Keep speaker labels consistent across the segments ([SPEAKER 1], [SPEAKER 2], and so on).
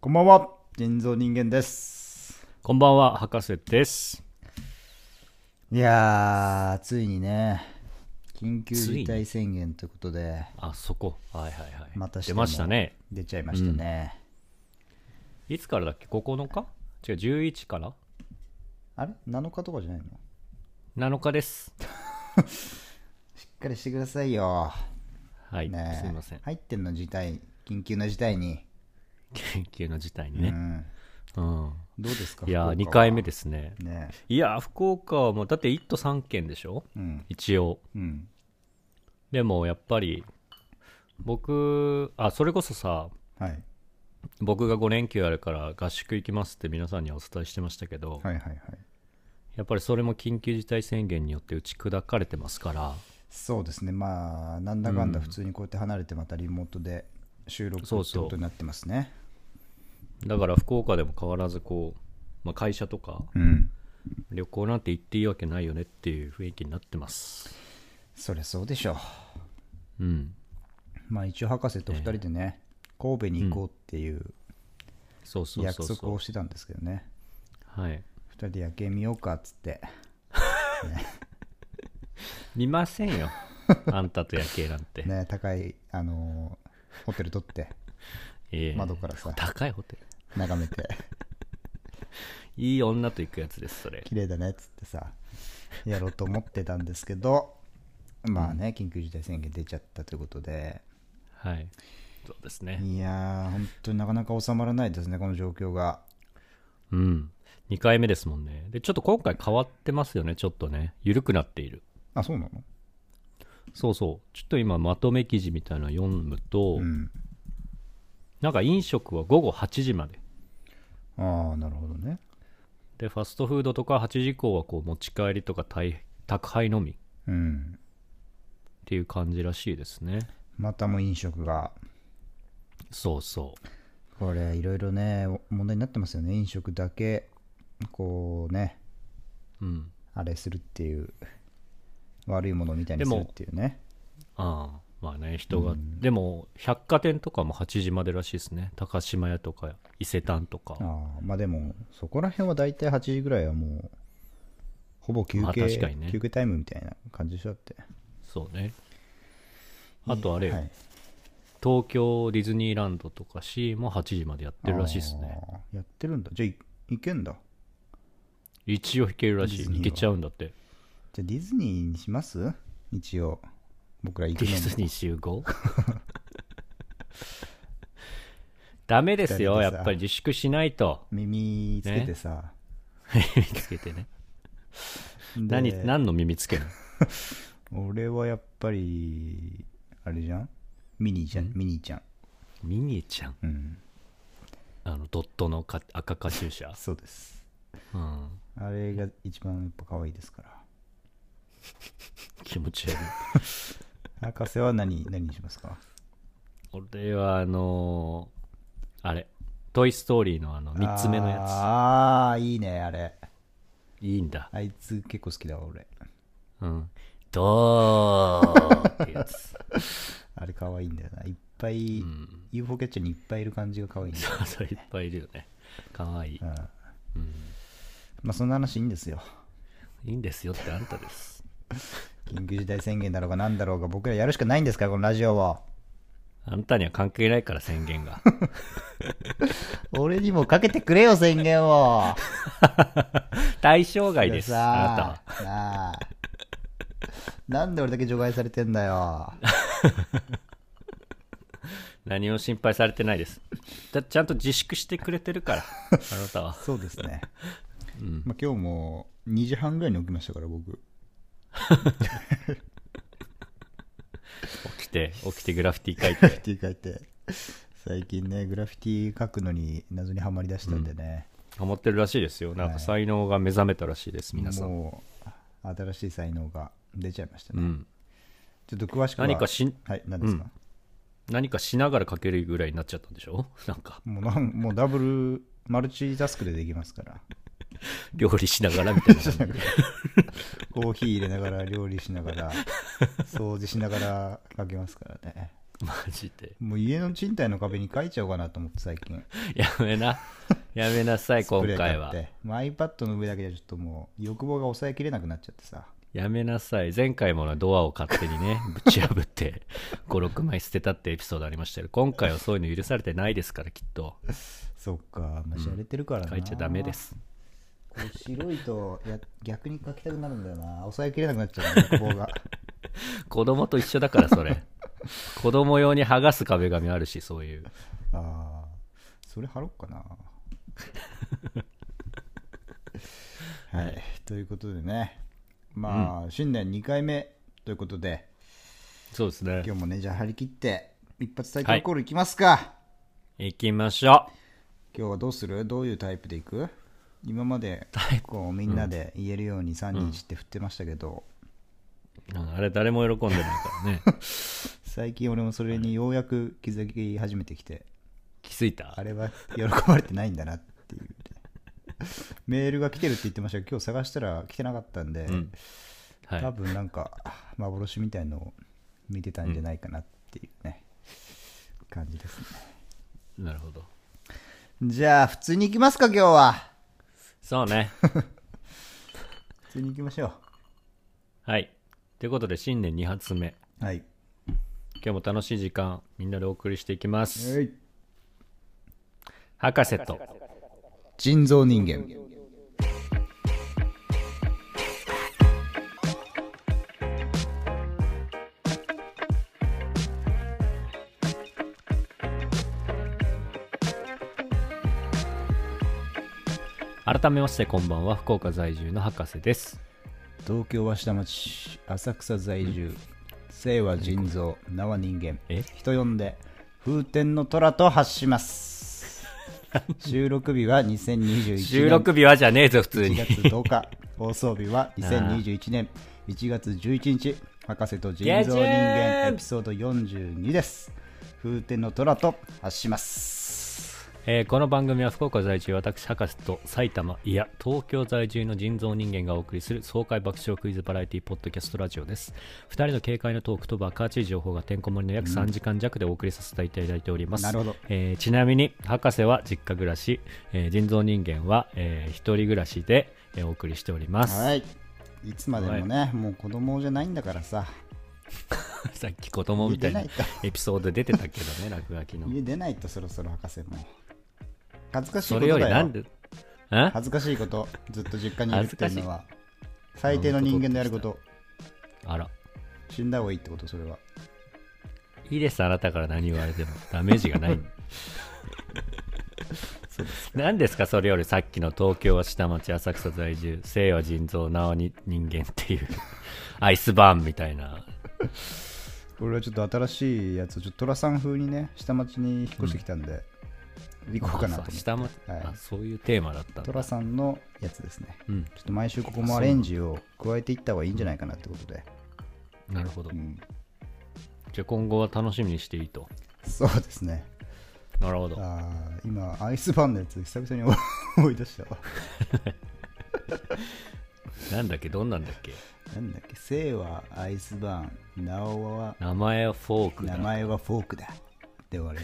[SPEAKER 1] こんばんは、人造人間です。
[SPEAKER 2] こんばんは、博士です。
[SPEAKER 1] いやー、ついにね、緊急
[SPEAKER 2] つい
[SPEAKER 1] 事
[SPEAKER 2] に
[SPEAKER 1] 態宣言ということで、
[SPEAKER 2] あ、そこ。はいはいはい。
[SPEAKER 1] またして
[SPEAKER 2] 出
[SPEAKER 1] も
[SPEAKER 2] ましたね。
[SPEAKER 1] 出ちゃいましたね。
[SPEAKER 2] いつからだっけ ?9 日違う、11から
[SPEAKER 1] あれ ?7 日とかじゃないのし
[SPEAKER 2] ?7 日です。
[SPEAKER 1] っかりしてくださいよ。
[SPEAKER 2] はい、
[SPEAKER 1] ねえ
[SPEAKER 2] すいません。
[SPEAKER 1] 入ってんの事態、緊急な事態に。
[SPEAKER 2] 緊急の事態に
[SPEAKER 1] う
[SPEAKER 2] ね。
[SPEAKER 1] ん。
[SPEAKER 2] うん。
[SPEAKER 1] どうですか
[SPEAKER 2] いやー、
[SPEAKER 1] 福
[SPEAKER 2] 2
[SPEAKER 1] 岡は
[SPEAKER 2] 回目ですね。
[SPEAKER 1] ね
[SPEAKER 2] いやー、福岡はもう、だって1都3県でしょ
[SPEAKER 1] うん。
[SPEAKER 2] 一応。
[SPEAKER 1] うん。
[SPEAKER 2] でも、やっぱり、僕、あ、それこそさ、
[SPEAKER 1] はい。
[SPEAKER 2] 僕が5連休あるから合宿行きますって皆さんにはお伝えしてましたけど、
[SPEAKER 1] はいはいはい。
[SPEAKER 2] やっぱりそれも緊急事態宣言によって打ち砕かれてますから、
[SPEAKER 1] そうですね、まあ、なんだかんだ普通にこうやって離れて、またリモートで収録って
[SPEAKER 2] そ
[SPEAKER 1] こ
[SPEAKER 2] うそう
[SPEAKER 1] とになってますね。
[SPEAKER 2] だから福岡でも変わらずこう、まあ、会社とか
[SPEAKER 1] うん。
[SPEAKER 2] 旅行なんて行っていいわけないよねっていう雰囲気になってます
[SPEAKER 1] そりゃそうでしょう。
[SPEAKER 2] うん
[SPEAKER 1] まあ一応博士と2人でね、神戸に行こうっていう
[SPEAKER 2] そうそうそ
[SPEAKER 1] 約
[SPEAKER 2] う
[SPEAKER 1] 束
[SPEAKER 2] そ
[SPEAKER 1] をしてたんですけどね、
[SPEAKER 2] うはい
[SPEAKER 1] 2人で夜景見ようかっつって、
[SPEAKER 2] 見ませんよ あんたと夜景なんて、
[SPEAKER 1] ね、高い、あのーホテル取って、
[SPEAKER 2] ええ
[SPEAKER 1] 窓からさ、
[SPEAKER 2] 高いホテル
[SPEAKER 1] 眺め て、
[SPEAKER 2] いい女と行くやつですそれ
[SPEAKER 1] 綺麗だねっつってさ、やろうと思ってたんですけど、まあね、緊急事態宣言出ちゃったということで、
[SPEAKER 2] はいそうですね
[SPEAKER 1] いやー、本当になかなか収まらないですね、この状況が。
[SPEAKER 2] うん2回目ですもんねでちょっと今回変わってますよねちょっとね緩くなっている
[SPEAKER 1] あ、そうなの
[SPEAKER 2] そうそうちょっと今まとめ記事みたいなの読むと、
[SPEAKER 1] うん。
[SPEAKER 2] なんか飲食は午後8時まで
[SPEAKER 1] ああ、なるほどね。
[SPEAKER 2] でファストフードとか8時以降はこう持ち帰りとか宅宅配のみっ
[SPEAKER 1] うん。
[SPEAKER 2] ていう感じらしいですね
[SPEAKER 1] またもう飲食が
[SPEAKER 2] そうそ
[SPEAKER 1] これいろいろねお問題になってますよね飲食だけこうね
[SPEAKER 2] ううん
[SPEAKER 1] あれするっていう悪いものみたいにするっていうね
[SPEAKER 2] ああまあね人が、でも百貨店とかも8時までらしいですね高島屋とか伊勢丹とか
[SPEAKER 1] ああまあでもそこら辺は大体8時ぐらいはもうほぼ休
[SPEAKER 2] まあ
[SPEAKER 1] 憩、
[SPEAKER 2] 確かにね
[SPEAKER 1] 休憩タイムみたいな感じでしょだって
[SPEAKER 2] そうねあとあれよ、
[SPEAKER 1] はい
[SPEAKER 2] 東京ディズニーランドとか C も8時までやってるらしいですね
[SPEAKER 1] ああやってるんだじゃあい行けんだ
[SPEAKER 2] 一応行けるらしい
[SPEAKER 1] ディズニーは
[SPEAKER 2] 行けちゃうんだって
[SPEAKER 1] じゃあディズニーにします一応僕ら行くの
[SPEAKER 2] デ
[SPEAKER 1] も
[SPEAKER 2] ィズニー集合 ダメですよ
[SPEAKER 1] 二人
[SPEAKER 2] や
[SPEAKER 1] でさ
[SPEAKER 2] っぱり自粛しないと
[SPEAKER 1] 耳つけてさ、
[SPEAKER 2] 耳つけてね
[SPEAKER 1] で
[SPEAKER 2] 何何の耳つける
[SPEAKER 1] 俺はやっぱりあれじゃんミニーちゃんミニーちゃん
[SPEAKER 2] ミニーちゃん
[SPEAKER 1] うん
[SPEAKER 2] あのドットのか赤カチューシャ、
[SPEAKER 1] そうです
[SPEAKER 2] うん、
[SPEAKER 1] あれが一番やっぱ可愛いですから
[SPEAKER 2] 気持ち悪い
[SPEAKER 1] 博士は 何何にしますか
[SPEAKER 2] 俺はあのーあれ「トイ・ストーリー」のあの3つ目のや
[SPEAKER 1] ああいいねあれ
[SPEAKER 2] ついいんだ
[SPEAKER 1] あいつ結構好きだわ俺
[SPEAKER 2] うんドーってやつ
[SPEAKER 1] あれ可愛いんだよないっぱい、UFO キャッチャーにいっぱいいる感じが可愛いんだよ、
[SPEAKER 2] そうそういっぱいいるよねかわいい、
[SPEAKER 1] うんまあそんな話いいんですよ
[SPEAKER 2] いいんですよってあんたです
[SPEAKER 1] 緊急事態宣言だろうが何だろうが僕らやるしかないんですからこのラジオを
[SPEAKER 2] あんたには関係ないから宣言が
[SPEAKER 1] 俺にもかけてくれよ宣言を
[SPEAKER 2] 対象外ですあなたは
[SPEAKER 1] さあなあなんで俺だけ除外されてんだよ。
[SPEAKER 2] 何を心配されてないですだちゃんと自粛してくれてる からあなたは
[SPEAKER 1] そうです ね。まあ、今日も2時半ぐらいに起きましたから、 僕。
[SPEAKER 2] 起きて起きてグラフィティ書いて
[SPEAKER 1] って書いて。最近ね、グラフィティ書くのに謎にはまりだしたんでね。
[SPEAKER 2] ハマってるらしいですよなんか才能が目覚めたらしいです皆さん、
[SPEAKER 1] もう、新しい才能が出ちゃいました
[SPEAKER 2] う
[SPEAKER 1] ね。
[SPEAKER 2] ん、
[SPEAKER 1] ちょっと詳しくは
[SPEAKER 2] 何かし
[SPEAKER 1] はい、何ですか、
[SPEAKER 2] 何かしながら書けるぐらいになっちゃったんでしょ なんか
[SPEAKER 1] もうなんもうダブル、マルチタスクでできますから。
[SPEAKER 2] 料理しながらみたいな感じで
[SPEAKER 1] コーヒー入れながら、料理しながら、掃除しながら書けますからね。
[SPEAKER 2] マジで。
[SPEAKER 1] もう家の賃貸の壁に書いちゃおうかなと思って最近
[SPEAKER 2] やめな。やめなさい、今
[SPEAKER 1] スプレー買
[SPEAKER 2] 回
[SPEAKER 1] っ
[SPEAKER 2] は。
[SPEAKER 1] てもう iPad の上だけじゃちょっともう欲望が抑えきれなくなっちゃってさ
[SPEAKER 2] やめなさい。前回もなドアを勝手にね、ぶち破って、5、6枚捨てたってエピソードありましたけど、今回はそういうの許されてないですから、きっと。
[SPEAKER 1] そっかまあしゃれてるからな、
[SPEAKER 2] 書いちゃダメです。
[SPEAKER 1] これ白いとや 逆に書きたくなるんだよな抑えきれなくなっちゃうな欲 望が
[SPEAKER 2] 子供と一緒だから、そ れ。子供用に剥がす壁紙あるし、そういう。
[SPEAKER 1] ああそれ貼ろうか なはいということでねまあ、新年2回目ということで
[SPEAKER 2] そうですね。
[SPEAKER 1] 今日もねじゃあ張り切って一発タイトルコールいきますか、
[SPEAKER 2] 行きましょう。
[SPEAKER 1] 今日はどうするどういうタイプでいく今までこうみんなで言えるように3人知って振ってましたけど、
[SPEAKER 2] うんあれ、誰も喜んでないから ね。
[SPEAKER 1] 最近俺もそれにようやく気づき始めてきて
[SPEAKER 2] 気づいた
[SPEAKER 1] あれは喜ばれてないんだなっていうメールが来てるって言ってましたけど今日探したら来てなかったんで、
[SPEAKER 2] んはい
[SPEAKER 1] 多。分なんか幻みたいのを見てたんじゃないかなっていうね、感じですね
[SPEAKER 2] なるほど。
[SPEAKER 1] じゃあ普通に行きますか今日は
[SPEAKER 2] そうね。
[SPEAKER 1] 普通に行きましょ
[SPEAKER 2] はい。ということで、新年2発目。
[SPEAKER 1] うはい
[SPEAKER 2] 今日も楽しい時間、みんなでお送りしていきます。
[SPEAKER 1] はい
[SPEAKER 2] 博士と。
[SPEAKER 1] 人造人間
[SPEAKER 2] 改めまして、こんばんは。福岡在住の博士です。
[SPEAKER 1] 東京は下町浅草在住生は人造名は人間
[SPEAKER 2] え
[SPEAKER 1] 人呼んで風天の虎と発します収録日は2021年
[SPEAKER 2] 収録日はじゃねえぞ、普通
[SPEAKER 1] 1
[SPEAKER 2] に。
[SPEAKER 1] 月10日放送日は2021年1月11日博士と人造人間エピソード42です風天の虎と発します
[SPEAKER 2] えーこの番組は福岡在住私博士と埼玉いや東京在住の人造人間がお送りする爽快爆笑クイズバラエティポッドキャストラジオです2人の軽快なトークと爆発い情報がてんこ盛りの約3時間弱でお送りさせていただいております、
[SPEAKER 1] なるほど
[SPEAKER 2] えーちなみに博士は実家暮らし、えー人造人間は、えー一人暮らしで、えーお送りしております、
[SPEAKER 1] はいいつまでもね、もう子供じゃないんだからさ
[SPEAKER 2] さっき子供みたいな
[SPEAKER 1] 言ってない
[SPEAKER 2] エピソードで出てたけどね落書きの
[SPEAKER 1] 家出ないとそろそろ博士も恥ずかしい
[SPEAKER 2] そ
[SPEAKER 1] こ
[SPEAKER 2] れ
[SPEAKER 1] と
[SPEAKER 2] より
[SPEAKER 1] だよ
[SPEAKER 2] なんでん
[SPEAKER 1] 恥ずかしいことずっと実家にいるっていうの は最低の人間のやること
[SPEAKER 2] あら
[SPEAKER 1] 死んだ方がいいってことそれはい
[SPEAKER 2] いです、あなたから何言われても。ダメージが ない。何ですか、それよりさっきの東京は下町、浅草在住、生は人造、なおに人間っていう、 アイスバーンみたいな。
[SPEAKER 1] これはちょっと新しいやつをちょっと寅さん風にね下町に引っ越してきたんで、行こうかなと
[SPEAKER 2] あそう
[SPEAKER 1] 思って
[SPEAKER 2] 下町、
[SPEAKER 1] はい
[SPEAKER 2] あ、そういうテーマだったんだ
[SPEAKER 1] 寅さんのやつですね
[SPEAKER 2] うん、
[SPEAKER 1] ちょっと毎週ここもアレンジを加えていった方がいいんじゃないかなってことで、
[SPEAKER 2] なるほど
[SPEAKER 1] う。ん、
[SPEAKER 2] じゃあ今後は楽しみにしていいと。
[SPEAKER 1] そうですね
[SPEAKER 2] なるほど。
[SPEAKER 1] あー今アイスバーンのやつ久々に思い出したわ
[SPEAKER 2] なんだっけ、どんなんだっけ。
[SPEAKER 1] なんだっけ生はアイスバーンなおは
[SPEAKER 2] 名前はフォーク
[SPEAKER 1] 名
[SPEAKER 2] だ。
[SPEAKER 1] 前はフォークだって終わる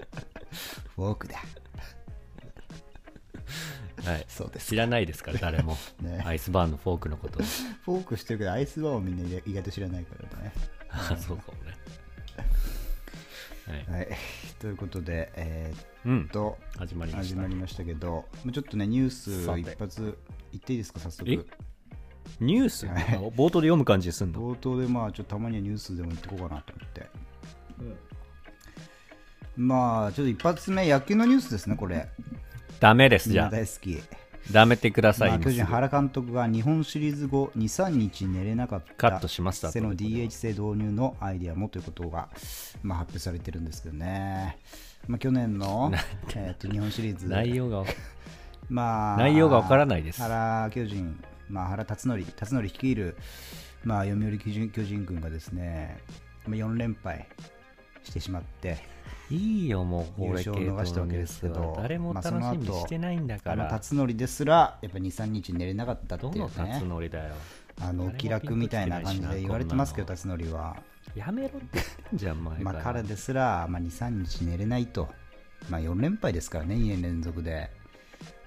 [SPEAKER 1] フォークだ
[SPEAKER 2] はい、
[SPEAKER 1] そうです。
[SPEAKER 2] 知らないですから、誰も
[SPEAKER 1] ね
[SPEAKER 2] アイスバーンのフォークのこと。
[SPEAKER 1] フォークしてるけどアイスバーンをみんな意外と知らないからね
[SPEAKER 2] あそうかもね。はい、
[SPEAKER 1] はいということでえー
[SPEAKER 2] う
[SPEAKER 1] っ
[SPEAKER 2] ん、
[SPEAKER 1] と
[SPEAKER 2] 始まりまし
[SPEAKER 1] 始
[SPEAKER 2] た
[SPEAKER 1] ま。りましたけどもうちょっとねニュース
[SPEAKER 2] さて
[SPEAKER 1] 一発言っていいですか早
[SPEAKER 2] え
[SPEAKER 1] 速
[SPEAKER 2] ニュース、あ冒頭で読む感じにすんの
[SPEAKER 1] 冒頭でまあちょっとたまにはニュースでも言ってこうかなと思って、まあちょっと一発目野球のニュースですねこれ
[SPEAKER 2] ダメです、
[SPEAKER 1] みん
[SPEAKER 2] じ
[SPEAKER 1] な
[SPEAKER 2] ゃあ。
[SPEAKER 1] 大好き
[SPEAKER 2] ダメてください、
[SPEAKER 1] まあ、
[SPEAKER 2] 今
[SPEAKER 1] 巨人、
[SPEAKER 2] すぐ
[SPEAKER 1] 原監督が日本シリーズ後、2、3日寝れなかった
[SPEAKER 2] カットしました
[SPEAKER 1] 背の
[SPEAKER 2] 後でこれは
[SPEAKER 1] DH 制導入のアイデアもということが、まあ、発表されてるんですけどね、まあ、去年 の、えー、と日本シリーズ、
[SPEAKER 2] 内容が、
[SPEAKER 1] まあ、
[SPEAKER 2] 内容がわからないです
[SPEAKER 1] 原巨人、まあ、原辰徳辰徳率いる、まあ、読売巨人巨人軍がですね、まあ、4連敗してしまって、
[SPEAKER 2] いいよ、もう、
[SPEAKER 1] 優勝を逃したわけですけど
[SPEAKER 2] 俺系統のニュースは誰も
[SPEAKER 1] まあそ
[SPEAKER 2] 楽
[SPEAKER 1] の後
[SPEAKER 2] しみにしてないんだ
[SPEAKER 1] あ
[SPEAKER 2] か
[SPEAKER 1] の
[SPEAKER 2] ら。
[SPEAKER 1] 辰徳ですら、やっぱ2、3日寝れなかったってい
[SPEAKER 2] ど
[SPEAKER 1] うね。
[SPEAKER 2] の辰則だよ。
[SPEAKER 1] あのお気楽みたいな感じで言われてますけど、辰徳は。
[SPEAKER 2] やめろって言ってんじゃん、前か
[SPEAKER 1] まあ、
[SPEAKER 2] ら。
[SPEAKER 1] 彼ですら、まあ、23日寝れないと、まあ、4連敗ですからね2年連続で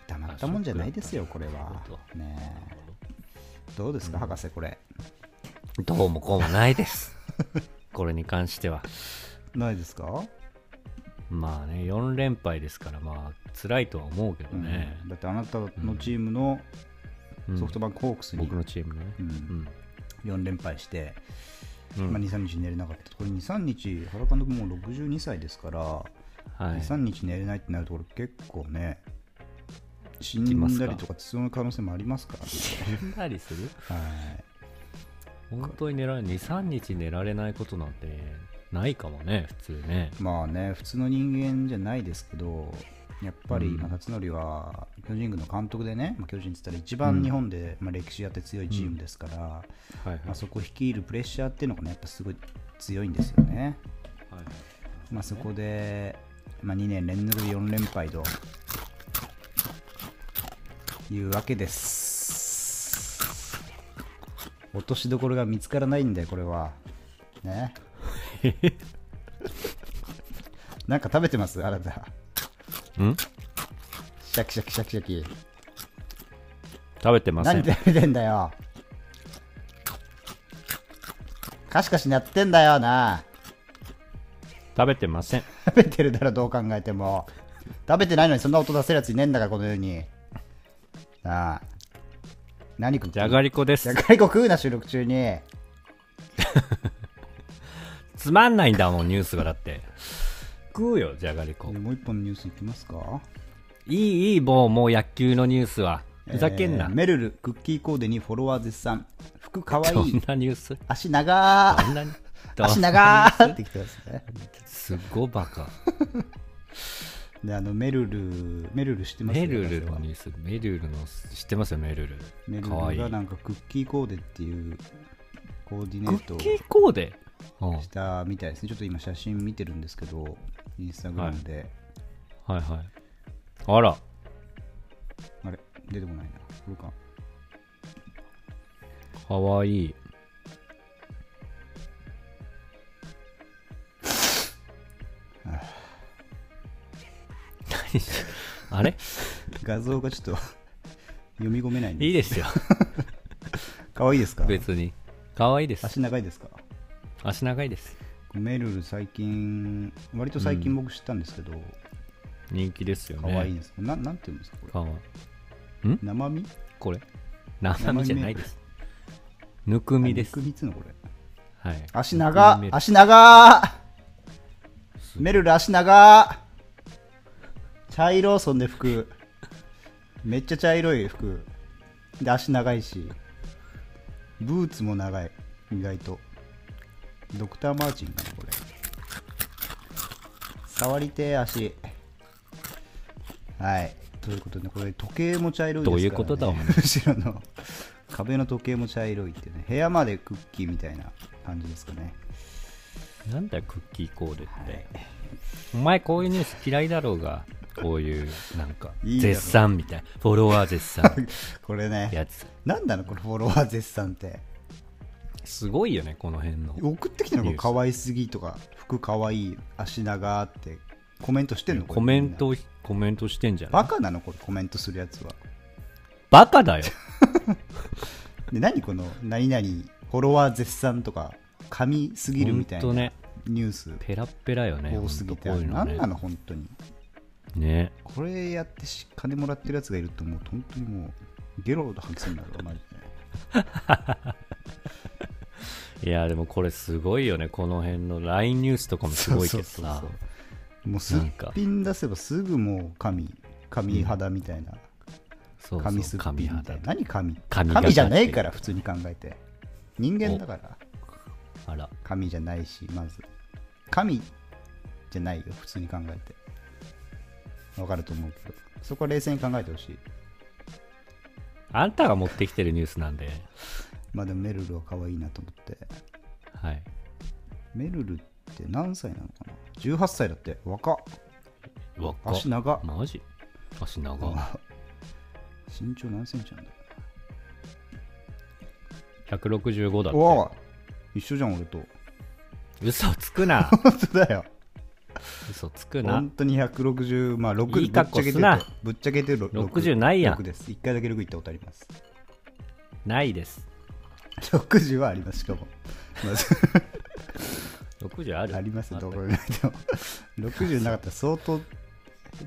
[SPEAKER 1] たまったもんじゃないですよ
[SPEAKER 2] あシ
[SPEAKER 1] こ
[SPEAKER 2] ョ
[SPEAKER 1] れ
[SPEAKER 2] ックだった
[SPEAKER 1] は
[SPEAKER 2] と
[SPEAKER 1] ねえどうですか、博士これ
[SPEAKER 2] どうもこうもないです。これに関しては。
[SPEAKER 1] ないですか、
[SPEAKER 2] まあね、4連敗ですから、まあ、辛いとは思うけどね。
[SPEAKER 1] だってあなたのチームの
[SPEAKER 2] うん
[SPEAKER 1] ソフトバンクホークスに
[SPEAKER 2] 僕のチームのね。
[SPEAKER 1] うん4連敗して、
[SPEAKER 2] うん
[SPEAKER 1] まあ、23日寝れなかったこれ23日原監督もう62歳ですから
[SPEAKER 2] はい。
[SPEAKER 1] 23日寝れないってなるところ結構ね死ん
[SPEAKER 2] きます
[SPEAKER 1] だ
[SPEAKER 2] か
[SPEAKER 1] りとかその可能性もありますからね、
[SPEAKER 2] 寝たりする
[SPEAKER 1] はい、
[SPEAKER 2] 本当に寝られない、2、3日寝られないことなんてないかもね、普通ね。
[SPEAKER 1] まあね普通の人間じゃないですけどやっぱり、
[SPEAKER 2] うん
[SPEAKER 1] まあ、辰徳は巨人軍の監督でね、まあ、巨人って言ったら一番日本で、まあ、歴史あって強いチームですから、
[SPEAKER 2] はいはい
[SPEAKER 1] まあ、そこ率いるプレッシャーっていうのがねやっぱすごい強いんですよね、
[SPEAKER 2] はい
[SPEAKER 1] まあ、そこで、まあ、2年連続で4連敗というわけです落としどころが見つからないんだよこれはね なんか食べてますあなた
[SPEAKER 2] ん
[SPEAKER 1] シャキシャキシャキシャキ
[SPEAKER 2] 食べてませ
[SPEAKER 1] 何
[SPEAKER 2] ん。
[SPEAKER 1] 食べてんだよカシカシ鳴ってんだよな
[SPEAKER 2] 食べてません。
[SPEAKER 1] 食べてるだろどう考えても食べてないのにそんな音出せるやついねえんだからこの世になあ何食う
[SPEAKER 2] じゃがりこで
[SPEAKER 1] じ
[SPEAKER 2] す
[SPEAKER 1] ゃ。がりこ食うな収録中に
[SPEAKER 2] つまんないんだもん、ニュースがだって。食うよ、じゃがりこ。
[SPEAKER 1] もう一本ニュースいきますか
[SPEAKER 2] いい、いい、もう、もう野球のニュースは。ふざけんな。
[SPEAKER 1] えーメルルクッキーコーデにフォロワー絶賛服かわい
[SPEAKER 2] どん
[SPEAKER 1] い
[SPEAKER 2] なニュース
[SPEAKER 1] 足長
[SPEAKER 2] ど
[SPEAKER 1] ー
[SPEAKER 2] んなに
[SPEAKER 1] 足長ーってきてますね
[SPEAKER 2] すごバカ。
[SPEAKER 1] であのメルルメルル知ってます
[SPEAKER 2] メルルの
[SPEAKER 1] は
[SPEAKER 2] ニュース、メルルの、知ってますよ、メル
[SPEAKER 1] メ
[SPEAKER 2] ル。
[SPEAKER 1] ル
[SPEAKER 2] かわい
[SPEAKER 1] ル
[SPEAKER 2] い。
[SPEAKER 1] が
[SPEAKER 2] ク
[SPEAKER 1] なんかクッキーコーデっていうコーディネート
[SPEAKER 2] ッ
[SPEAKER 1] を
[SPEAKER 2] キーコーデうんは
[SPEAKER 1] したみたいですねちょっと今写真見てるんですけどインスタグラムで、
[SPEAKER 2] いはい。あら、
[SPEAKER 1] あれ出てこないなこれか
[SPEAKER 2] かわいい。 何 しあれ
[SPEAKER 1] 画像がちょっと 読み込めないん
[SPEAKER 2] いい
[SPEAKER 1] で
[SPEAKER 2] ですよ、
[SPEAKER 1] 可愛いですか
[SPEAKER 2] 別に。かわいいです。
[SPEAKER 1] 足長いですか
[SPEAKER 2] 足長いです。
[SPEAKER 1] メルル最近割と最近僕知ったんですけど、
[SPEAKER 2] 人気ですよ
[SPEAKER 1] 可
[SPEAKER 2] ね。
[SPEAKER 1] 愛いです、ななんていうんですかこれ
[SPEAKER 2] かわいい。
[SPEAKER 1] 生身
[SPEAKER 2] これ生身じゃないです。ぬくみです
[SPEAKER 1] あ。肉蜜のこれ
[SPEAKER 2] はい。
[SPEAKER 1] 足長
[SPEAKER 2] ぬくみメル
[SPEAKER 1] 足長メルル足長茶色そんで服めっちゃ茶色い服で足長いしブーツも長い意外とドクターマーチンかなこれ触りてえ足はいということでこれ時計も茶色いですから、ね、
[SPEAKER 2] どういうことだお 前
[SPEAKER 1] 後ろの壁の時計も茶色いっていうね部屋までクッキーみたいな感じですかね
[SPEAKER 2] なんだよ、クッキーコーデって。お前、こういうニュース嫌いだろうが、こういう、なんか、
[SPEAKER 1] いいだろ
[SPEAKER 2] 絶賛みたいな。フォロワー 絶賛
[SPEAKER 1] これね
[SPEAKER 2] やつ。
[SPEAKER 1] 何なのこのフォロワー絶賛って
[SPEAKER 2] すごいよね、この辺の。
[SPEAKER 1] 送ってきてるのか可愛すぎとか服可愛い足長ってコメントしてんの
[SPEAKER 2] コメン
[SPEAKER 1] これみん
[SPEAKER 2] ト、コメントしてんじゃ
[SPEAKER 1] な
[SPEAKER 2] ない
[SPEAKER 1] バカなのこれコメントするやつは
[SPEAKER 2] バカだよ。
[SPEAKER 1] で何この何々フォロワー絶賛とか神すぎるみたい
[SPEAKER 2] ほんと
[SPEAKER 1] な
[SPEAKER 2] ね
[SPEAKER 1] ニュース
[SPEAKER 2] ペラッペラよね。
[SPEAKER 1] 多すぎて
[SPEAKER 2] ほんとこういうの
[SPEAKER 1] 何
[SPEAKER 2] ね
[SPEAKER 1] なの本当に
[SPEAKER 2] ね。
[SPEAKER 1] これやってし金もらってるやつがいるともう本当にもうゲロを吐きそうになるわマジで
[SPEAKER 2] いや、でもこれすごいよね。この辺の LINE ニュースとかもすごいけど
[SPEAKER 1] そうそう
[SPEAKER 2] さ
[SPEAKER 1] そう。そうもうすっぴん出せばすぐもう神神肌みたいな、
[SPEAKER 2] そう
[SPEAKER 1] 神
[SPEAKER 2] そ
[SPEAKER 1] す
[SPEAKER 2] う、
[SPEAKER 1] っぴんみ
[SPEAKER 2] 髪
[SPEAKER 1] た
[SPEAKER 2] 肌
[SPEAKER 1] いな。何神
[SPEAKER 2] 神
[SPEAKER 1] 神
[SPEAKER 2] が
[SPEAKER 1] じゃねえから普通に考えて人間だから
[SPEAKER 2] あら、
[SPEAKER 1] 神じゃないしまず神じゃないよ普通に考えてわかると思うけどそこは冷静に考えてほしい
[SPEAKER 2] あんたが持ってきてるニュースなんで。
[SPEAKER 1] まあでもメルルは可愛いなと思って
[SPEAKER 2] はい。
[SPEAKER 1] メルルって何歳なのかな18歳だって若っ
[SPEAKER 2] わっ
[SPEAKER 1] 足長っ
[SPEAKER 2] マジ足長。
[SPEAKER 1] 身長何センチなんだ
[SPEAKER 2] 165だって。
[SPEAKER 1] おお一緒じゃん俺と
[SPEAKER 2] 嘘つくな
[SPEAKER 1] 本当だよ
[SPEAKER 2] 嘘つくな
[SPEAKER 1] 本当に160まあ6
[SPEAKER 2] いい格好
[SPEAKER 1] ぶっちゃけて
[SPEAKER 2] す
[SPEAKER 1] る
[SPEAKER 2] な
[SPEAKER 1] とぶっちゃけてる六
[SPEAKER 2] 60ないやん
[SPEAKER 1] 六です1回だけ6行ったことあります
[SPEAKER 2] ないです
[SPEAKER 1] 60はありますしかも、まあ
[SPEAKER 2] 60ある
[SPEAKER 1] ありますよ、
[SPEAKER 2] った
[SPEAKER 1] どこにでも。60なかったら相当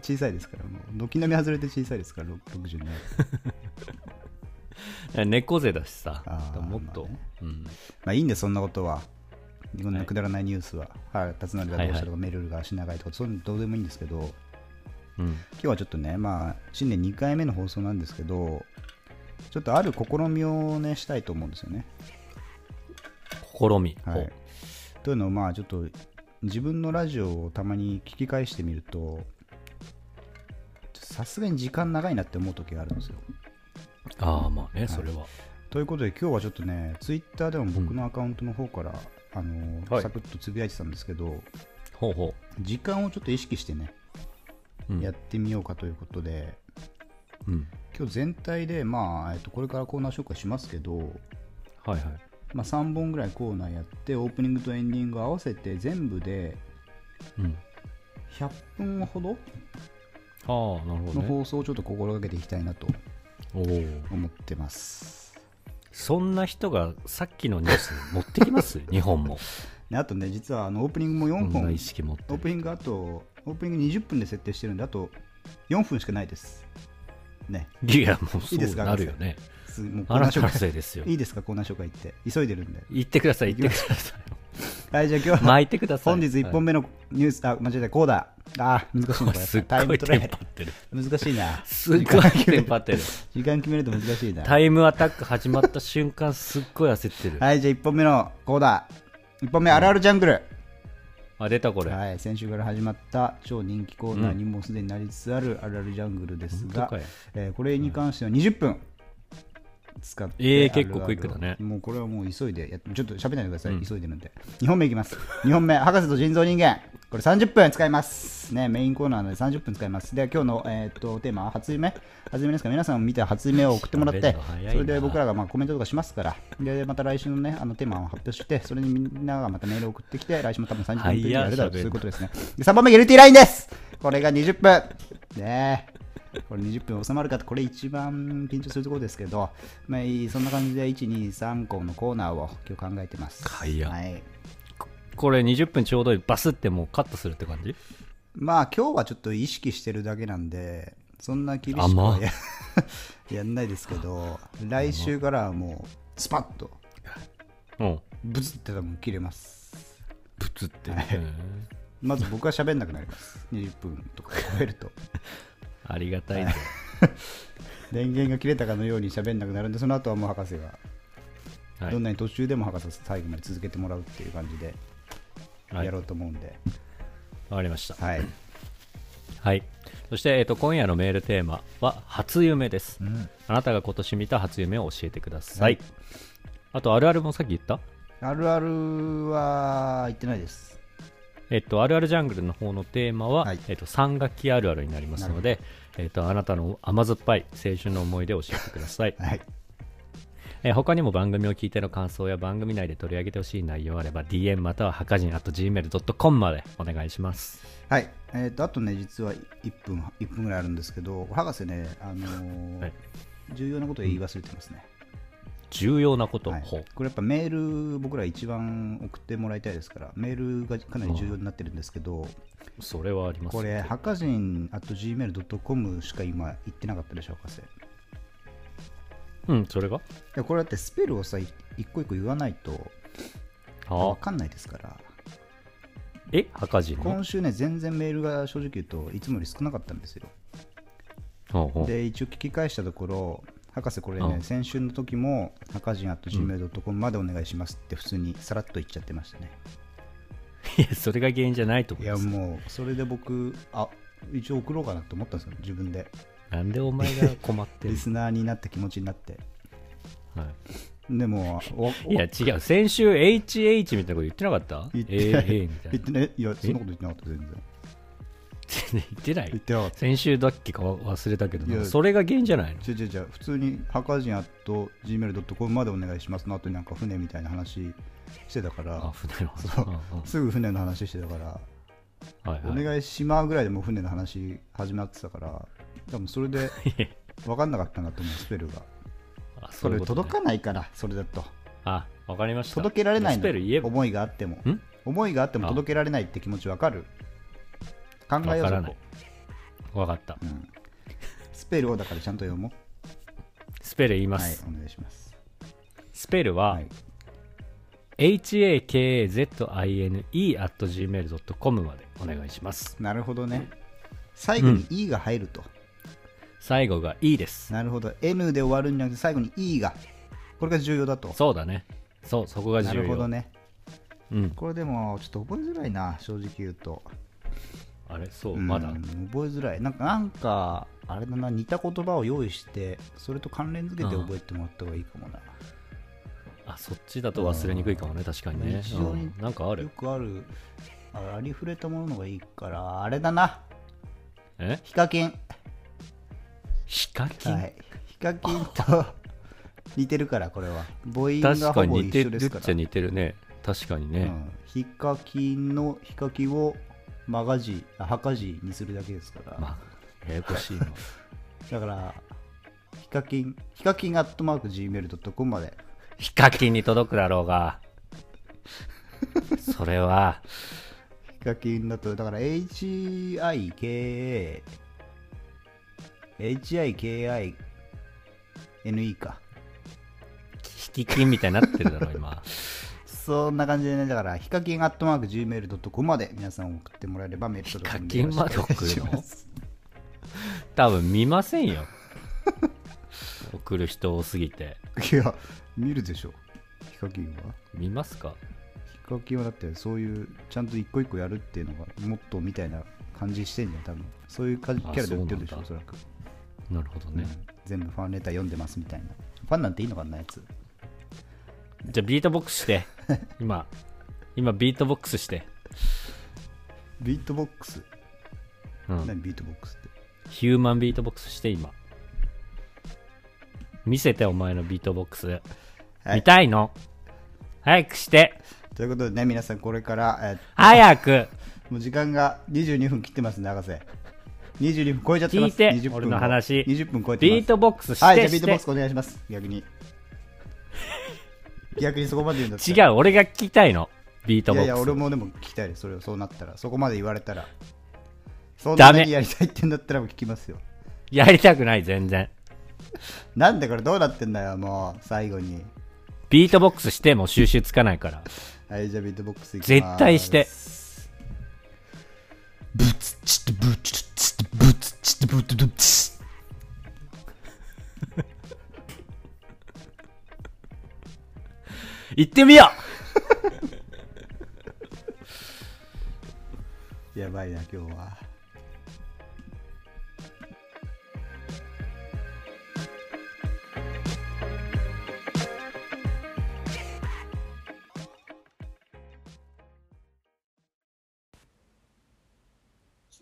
[SPEAKER 1] 小さいですから、もう軒並み外れて小さいですから、ろ60ね。
[SPEAKER 2] 猫背だしさ
[SPEAKER 1] あー
[SPEAKER 2] もっと、
[SPEAKER 1] まあね
[SPEAKER 2] うん、
[SPEAKER 1] まあいいんで、そんなことは。こん
[SPEAKER 2] は
[SPEAKER 1] ないくだらないニュースは、はい、立浪がどうした
[SPEAKER 2] は
[SPEAKER 1] と
[SPEAKER 2] い
[SPEAKER 1] か、メルルが足長いとか、そういうのどうでもいいんですけど、
[SPEAKER 2] うん、
[SPEAKER 1] 今日はちょっとね、まあ、新年2回目の放送なんですけど、ちょっとある試みをね、したいと思うんですよね。
[SPEAKER 2] 試み、
[SPEAKER 1] はい、というのを、まあ、ちょっと自分のラジオをたまに聞き返してみると、ちょっとさすがに時間長いなって思う時があるんですよ。
[SPEAKER 2] ああまあねそれは、
[SPEAKER 1] ということで今日はちょっとねツイッターでも僕のアカウントの方から、あのー
[SPEAKER 2] はい
[SPEAKER 1] サクッとつぶやいてたんですけど
[SPEAKER 2] ほうほ
[SPEAKER 1] 時間をちょっと意識してね、
[SPEAKER 2] う、うん
[SPEAKER 1] やってみようかということで
[SPEAKER 2] うん、
[SPEAKER 1] 今日全体で、まあえっと、これからコーナー紹介しますけど、
[SPEAKER 2] はいはい
[SPEAKER 1] まあ、3本ぐらいコーナーやってオープニングとエンディング合わせて全部で
[SPEAKER 2] うん
[SPEAKER 1] 100分ほど
[SPEAKER 2] ああなるほど
[SPEAKER 1] の
[SPEAKER 2] ね
[SPEAKER 1] 放送をちょっと心がけていきたいなと
[SPEAKER 2] おー
[SPEAKER 1] 思ってます。
[SPEAKER 2] そんな人がさっきのニュース持ってきます 日本も
[SPEAKER 1] であとね実はあのオープニングも
[SPEAKER 2] こ
[SPEAKER 1] 4
[SPEAKER 2] んな
[SPEAKER 1] 本
[SPEAKER 2] 意識持って
[SPEAKER 1] オー
[SPEAKER 2] る
[SPEAKER 1] プニングあとオープニング20分で設定してるんであと4分しかないですね
[SPEAKER 2] いやもう
[SPEAKER 1] い
[SPEAKER 2] そ
[SPEAKER 1] いです
[SPEAKER 2] う
[SPEAKER 1] か
[SPEAKER 2] なるよね
[SPEAKER 1] すもうコ
[SPEAKER 2] あ
[SPEAKER 1] ーナ
[SPEAKER 2] な
[SPEAKER 1] ー
[SPEAKER 2] た
[SPEAKER 1] 紹
[SPEAKER 2] の
[SPEAKER 1] 介
[SPEAKER 2] せいですよ
[SPEAKER 1] いいですかコーナー紹介行って急いでるんで
[SPEAKER 2] 言ってください言ってください
[SPEAKER 1] はいじゃあ今日は
[SPEAKER 2] 巻いてください
[SPEAKER 1] 本日1本目のニュース、あ間違えたコーダーあー難しいなこ
[SPEAKER 2] はい
[SPEAKER 1] れ
[SPEAKER 2] すっ
[SPEAKER 1] タイ
[SPEAKER 2] ご
[SPEAKER 1] ム
[SPEAKER 2] い
[SPEAKER 1] ト
[SPEAKER 2] テ
[SPEAKER 1] ラ
[SPEAKER 2] ン
[SPEAKER 1] イ
[SPEAKER 2] パってる
[SPEAKER 1] アル難しいな
[SPEAKER 2] すっごいテンパってる
[SPEAKER 1] 時間決めると難しいな
[SPEAKER 2] タイムアタック始まった瞬間すっごい焦ってる、
[SPEAKER 1] はいじゃあ1本目のコーダー1本目あるあるジャングル、
[SPEAKER 2] あ出たこれ、
[SPEAKER 1] はい、先週から始まった超人気コーナーにもうすでになりつつあるあるあるジャングルです
[SPEAKER 2] 本当
[SPEAKER 1] が
[SPEAKER 2] かい、
[SPEAKER 1] えーこれに関しては20分使って
[SPEAKER 2] えー
[SPEAKER 1] あるある
[SPEAKER 2] 結構クイックだね
[SPEAKER 1] もうこれはもう急いでやっちょっと喋らないでください、
[SPEAKER 2] うん
[SPEAKER 1] 急いでるんで2本目いきます2本目博士と人造人間これ30分使いますねメインコーナーなので30分使いますでは今日の、えーっとテーマは初夢初夢ですか皆さんも見て初夢を送ってもらっ
[SPEAKER 2] 喋
[SPEAKER 1] て
[SPEAKER 2] るの早いな
[SPEAKER 1] それで僕らがまあコメントとかしますからでまた来週のねあのテーマを発表してそれにみんながまたメールを送ってきて来週も多分30分以上やるだろうと
[SPEAKER 2] 早
[SPEAKER 1] そういう
[SPEAKER 2] い喋るの
[SPEAKER 1] ことですねで3番目が LT ラインですこれが20分ねえこれ20分収まるかとこれ一番緊張するところですけど、まあ、いいそんな感じで123個のコーナーを今日考えてます
[SPEAKER 2] 早っ
[SPEAKER 1] はい
[SPEAKER 2] これ20分ちょうどいいバスってもうカットするって感じ
[SPEAKER 1] まあ今日はちょっと意識してるだけなんでそんな厳しく
[SPEAKER 2] 甘
[SPEAKER 1] は
[SPEAKER 2] っ
[SPEAKER 1] や やんないですけど来週からはもうスパッと
[SPEAKER 2] うん
[SPEAKER 1] ブツって多分切れます
[SPEAKER 2] プツって、うん
[SPEAKER 1] まず僕は喋んなくなります20分とか超えると
[SPEAKER 2] ありがたいね
[SPEAKER 1] 電源が切れたかのように喋んなくなるんでその後はもう博士が
[SPEAKER 2] はい
[SPEAKER 1] どんなに途中でも博士は最後まで続けてもらうっていう感じで
[SPEAKER 2] はい
[SPEAKER 1] やろうと思うんで、
[SPEAKER 2] わかりました
[SPEAKER 1] はい
[SPEAKER 2] はいそして、えっと今夜のメールテーマは初夢です、
[SPEAKER 1] ん
[SPEAKER 2] あなたが今年見た初夢を教えてください、
[SPEAKER 1] はい
[SPEAKER 2] あとあるあるもさっき言った
[SPEAKER 1] あるあるは言ってないです
[SPEAKER 2] えっと、あるあるジャングルの方のテーマは、
[SPEAKER 1] はい
[SPEAKER 2] えっと、3学期あるあるになりますので、えっと、あなたの甘酸っぱい青春の思い出を教えてください、
[SPEAKER 1] はい
[SPEAKER 2] えー他にも番組を聞いての感想や番組内で取り上げてほしい内容あれば DM またははかじん at gmail.com までお願いします
[SPEAKER 1] はい、えー、とあとね実は1分1分ぐらいあるんですけど博士ね、あのー
[SPEAKER 2] はい
[SPEAKER 1] 重要なことを言い忘れてますね、
[SPEAKER 2] 重要なこと、
[SPEAKER 1] はい、
[SPEAKER 2] ほう
[SPEAKER 1] これやっぱメール僕ら一番送ってもらいたいですからメールがかなり重要になってるんですけど、
[SPEAKER 2] それはあります
[SPEAKER 1] これ、ハカジン at gmail.com しか今言ってなかったでしょ、博士。い
[SPEAKER 2] うんそれが
[SPEAKER 1] やこれだってスペルをさ、い一個一個言わないと
[SPEAKER 2] あ
[SPEAKER 1] 分
[SPEAKER 2] あ
[SPEAKER 1] かんないですから、
[SPEAKER 2] えはかじんの
[SPEAKER 1] 今週ね、全然メールが正直言うといつもより少なかったんですよ。
[SPEAKER 2] ほうほう
[SPEAKER 1] で、一応聞き返したところ、博士、これ
[SPEAKER 2] う
[SPEAKER 1] ね、
[SPEAKER 2] ん
[SPEAKER 1] 先週の時も、ハカジン at gmail.com までお願いしますって、普通にさらっと言っちゃってましたね。
[SPEAKER 2] いやそれが原因じゃないと思
[SPEAKER 1] い
[SPEAKER 2] い
[SPEAKER 1] や、
[SPEAKER 2] ます
[SPEAKER 1] もう、それで僕、あ一応送ろうかなと思ったんですよ、自分で。
[SPEAKER 2] なんでお前が困ってる
[SPEAKER 1] リスナーになった気持ちになって。
[SPEAKER 2] の、は
[SPEAKER 1] でも、お
[SPEAKER 2] い、いや違う先週 HH みたいなこと言ってなかった
[SPEAKER 1] 言って
[SPEAKER 2] え
[SPEAKER 1] な
[SPEAKER 2] ー
[SPEAKER 1] い、
[SPEAKER 2] へーみたい
[SPEAKER 1] 言っ
[SPEAKER 2] な
[SPEAKER 1] てねいやそんなこと言ってなかった全然
[SPEAKER 2] 言ってない
[SPEAKER 1] 言ってなかった
[SPEAKER 2] 先週だっけかわ忘れたけどない
[SPEAKER 1] や
[SPEAKER 2] それが原因じゃない
[SPEAKER 1] 違
[SPEAKER 2] の
[SPEAKER 1] う違う違う普通に「ハカジン」at gmail.com までお願いしますの後になんか船みたいな話してたから
[SPEAKER 2] あ、船の話。
[SPEAKER 1] そう
[SPEAKER 2] うんうん
[SPEAKER 1] すぐ船の話してたから、
[SPEAKER 2] はいはい
[SPEAKER 1] お願いしまーぐらいでもう船の話始まってたから、多分それ で分かんなかったんだと思う、スペルが。
[SPEAKER 2] あそ
[SPEAKER 1] そう
[SPEAKER 2] いう
[SPEAKER 1] れ
[SPEAKER 2] ことね
[SPEAKER 1] 届かないから、それだと。
[SPEAKER 2] あ、わかりました。
[SPEAKER 1] 届けられない
[SPEAKER 2] スペル言え
[SPEAKER 1] の、
[SPEAKER 2] ば。
[SPEAKER 1] 思いがあっても
[SPEAKER 2] ん。
[SPEAKER 1] 思いがあっても
[SPEAKER 2] あ
[SPEAKER 1] 届けられないって気持ち分かる考えよ
[SPEAKER 2] わ
[SPEAKER 1] う
[SPEAKER 2] から
[SPEAKER 1] そ
[SPEAKER 2] ない
[SPEAKER 1] こ。
[SPEAKER 2] わかった。
[SPEAKER 1] うんスペルをだからちゃんと読もう。
[SPEAKER 2] スペル言いま
[SPEAKER 1] はい
[SPEAKER 2] す。、
[SPEAKER 1] お願いします。
[SPEAKER 2] スペルは、
[SPEAKER 1] はい、
[SPEAKER 2] hakazine.gmail.com までお願いします。
[SPEAKER 1] なるほどね。最後に E が入ると。
[SPEAKER 2] 最後が E です。
[SPEAKER 1] なるほど。N で終わるんじゃなくて、最後に E が。これが重要だと。
[SPEAKER 2] そうだね。そう、そこが
[SPEAKER 1] な
[SPEAKER 2] 重要。
[SPEAKER 1] るほどね。
[SPEAKER 2] うん。
[SPEAKER 1] これでも、ちょっと覚えづらいな、正直言うと。
[SPEAKER 2] あれそう、
[SPEAKER 1] うん
[SPEAKER 2] まだ。
[SPEAKER 1] 覚えづらい。なんか、なんかあれだな、似た言葉を用意して、それと関連付けて覚えてもらった方がいいかもな。
[SPEAKER 2] あ、そっちだと忘れにくいかもね、確かにね。
[SPEAKER 1] 日常に
[SPEAKER 2] うんなんかあ
[SPEAKER 1] よ
[SPEAKER 2] る。
[SPEAKER 1] くある、あありふれたものの方がいいから、あれだな、
[SPEAKER 2] え
[SPEAKER 1] ヒカキン。
[SPEAKER 2] ヒカキン、
[SPEAKER 1] はい。ヒカキンと似てるから、これは。母音が
[SPEAKER 2] 確
[SPEAKER 1] ほ
[SPEAKER 2] か
[SPEAKER 1] ぼ
[SPEAKER 2] に似て
[SPEAKER 1] 一緒
[SPEAKER 2] る
[SPEAKER 1] で
[SPEAKER 2] っ
[SPEAKER 1] すから。
[SPEAKER 2] ちゃ似てるね。確かに
[SPEAKER 1] う
[SPEAKER 2] ね。
[SPEAKER 1] ん、ヒカキンのヒカキをマガジあハカジにするだけですから、
[SPEAKER 2] まあ、ややこしいな。
[SPEAKER 1] だからヒカキンヒカキンアットマーク Gmail.com まで
[SPEAKER 2] ヒカキンに届くだろう が。それは、
[SPEAKER 1] ヒカキンだとだから HIKA HIKINE か
[SPEAKER 2] ヒキキンみたいになってるだろう、今。
[SPEAKER 1] そんな感じでねだからヒカキンアットマーク Gmail.com まで皆さん送ってもらえればメール届くんで
[SPEAKER 2] ヒカキンまで
[SPEAKER 1] よろしくお願い
[SPEAKER 2] 送るの
[SPEAKER 1] します
[SPEAKER 2] 多分見ませんよ。送る人多すぎて。
[SPEAKER 1] いや見るでしょヒカキンは
[SPEAKER 2] 見ますか
[SPEAKER 1] ヒカキンはだってそういうちゃんと一個一個やるっていうのがモットーみたいな感じしてんじゃん多分そういうかキ
[SPEAKER 2] あ
[SPEAKER 1] ャラで売ってるでしょおそ
[SPEAKER 2] そう
[SPEAKER 1] らく、
[SPEAKER 2] なるほど
[SPEAKER 1] う
[SPEAKER 2] ね。
[SPEAKER 1] ん全部ファンレター読んでますみたいなファンなんていいのかなやつ
[SPEAKER 2] じゃあビートボックスして。今、今ビートボックスして。
[SPEAKER 1] ビートボックス、
[SPEAKER 2] うん。
[SPEAKER 1] 何ビートボックスって
[SPEAKER 2] ヒューマンビートボックスして、今。見せて、お前のビートボックス。
[SPEAKER 1] はい
[SPEAKER 2] 見たいの早くして
[SPEAKER 1] ということでね皆さんこれから、え
[SPEAKER 2] 早く
[SPEAKER 1] ーもう時間が22分切ってますね博士22分超えちゃってます
[SPEAKER 2] 聞いて
[SPEAKER 1] 20分を
[SPEAKER 2] 俺の話
[SPEAKER 1] 20分超えてます
[SPEAKER 2] ビートボックスして、
[SPEAKER 1] はいじゃあビー
[SPEAKER 2] し
[SPEAKER 1] ト
[SPEAKER 2] て
[SPEAKER 1] ボックスお願いします逆に逆にそこまで言うんだったら
[SPEAKER 2] 違う、俺が聞きたいの。ビート
[SPEAKER 1] い
[SPEAKER 2] ボッ
[SPEAKER 1] や
[SPEAKER 2] クス。
[SPEAKER 1] いや、俺もでも聞きたいです、それをそうなったら、そこまで言われたら、そん
[SPEAKER 2] ダ
[SPEAKER 1] な
[SPEAKER 2] メ
[SPEAKER 1] にやりたいってんだったらもう聞きますよ。
[SPEAKER 2] やりたくない、全然。
[SPEAKER 1] なんでこれどうなってんだよ、もう、最後に。
[SPEAKER 2] ビートボックスしても収集つかないから。
[SPEAKER 1] はい、じゃあビートボックスいきます
[SPEAKER 2] 絶対して。
[SPEAKER 1] ブツッチッとブツッチッとブツッチッとブツッチッとブツッ
[SPEAKER 2] 行ってみよ
[SPEAKER 1] やばいな、今日は。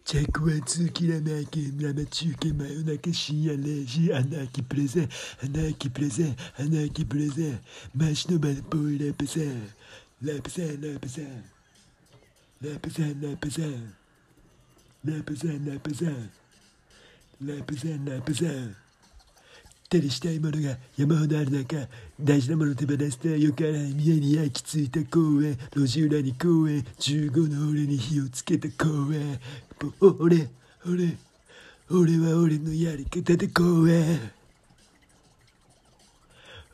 [SPEAKER 3] 着圧きらめき生中継真夜中深夜0時穴きプレゼン穴きプレゼン穴きプレゼンマシのマルボーイラペゼンラペゼンラペゼンラペゼンラペゼンラペゼンラペゼンラペゼンラペゼン手にしたいものが山ほどある中大事なものを手放してよから宮に焼き付いた公園路地裏に公園15の俺に火をつけた公園お俺俺俺は俺のやり方で公園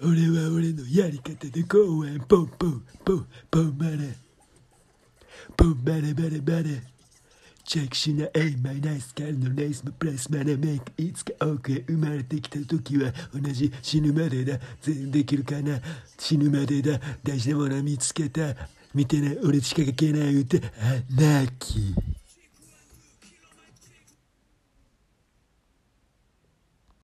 [SPEAKER 3] 俺は俺のやり方で公園ポンポンポンポンマレポンマレマレマレチェックしないマイナイスカルのレースもプラスマネメイクいつか奥へ生まれてきた時は同じ死ぬまでだ全できるかな死ぬまでだ大事なものは見つけた見てない俺しか書けない歌花木